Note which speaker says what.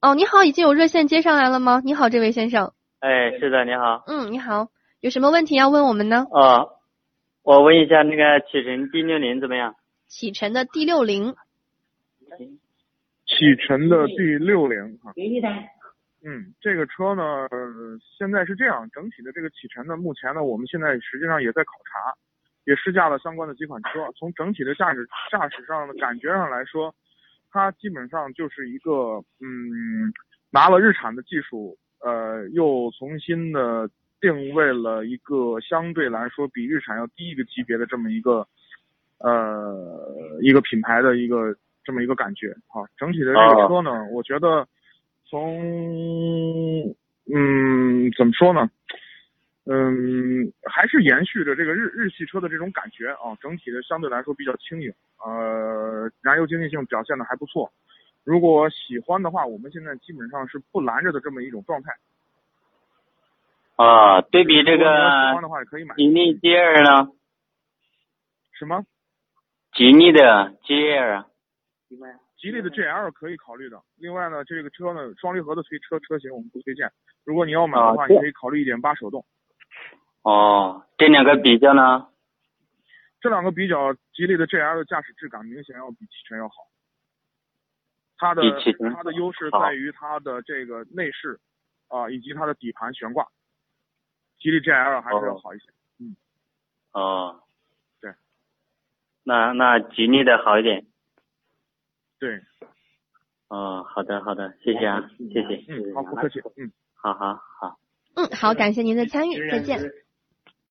Speaker 1: 哦，你好，已经有热线接上来了吗？你好，这位先生。
Speaker 2: 哎，是的，你好。
Speaker 1: 嗯，你好，有什么问题要问我们呢？
Speaker 2: 哦，我问一下那个启辰 D 六零怎么样？
Speaker 1: 启辰的 D 六零，
Speaker 3: 启辰的 D 六零啊，
Speaker 4: 给你的。
Speaker 3: 嗯，这个车呢，呃现在是这样，整体的这个启辰呢，目前呢，我们现在实际上也在考察，也试驾了相关的几款车。从整体的驾驶驾驶上的感觉上来说，它基本上就是一个嗯，拿了日产的技术，呃，又重新的定位了一个相对来说比日产要低一个级别的这么一个呃一个品牌的一个这么一个感觉啊。整体的这个
Speaker 2: 哦
Speaker 3: 车呢，我觉得从嗯怎么说呢？嗯，还是延续着这个日日系车的这种感觉啊，整体的相对来说比较轻盈，呃，燃油经济性表现的还不错。如果喜欢的话，我们现在基本上是不拦着的这么一种状态。
Speaker 2: 啊、对比这
Speaker 3: 如果你要喜
Speaker 2: 个
Speaker 3: 欢的话也可以买。
Speaker 2: 吉利 G 二呢？
Speaker 3: 什么？
Speaker 2: 吉利的 G 二啊。
Speaker 3: 吉利的 GL 可以考虑的。另外呢，这个车呢，双离合的推车车型我们不推荐。如果你要买的话，
Speaker 2: 啊
Speaker 3: 你
Speaker 2: 对
Speaker 3: 可以考虑一点八手动。
Speaker 2: 哦，这两个比较呢？
Speaker 3: 这两个比较，吉利的 GL 的驾驶质感明显要比启辰要好。它的
Speaker 2: 比启辰
Speaker 3: 它的优势
Speaker 2: 好
Speaker 3: 在于它的这个内饰啊、以及它的底盘悬挂，吉利 GL 还是要好一些。
Speaker 2: 哦，
Speaker 3: 对。
Speaker 2: 那那吉利的好一点。
Speaker 3: 对，
Speaker 2: 哦，好的好的，谢谢啊，谢谢。
Speaker 3: 嗯，好，不客气，嗯。
Speaker 2: 好好好。
Speaker 1: 嗯，好，感谢您的参与，再见。
Speaker 4: 是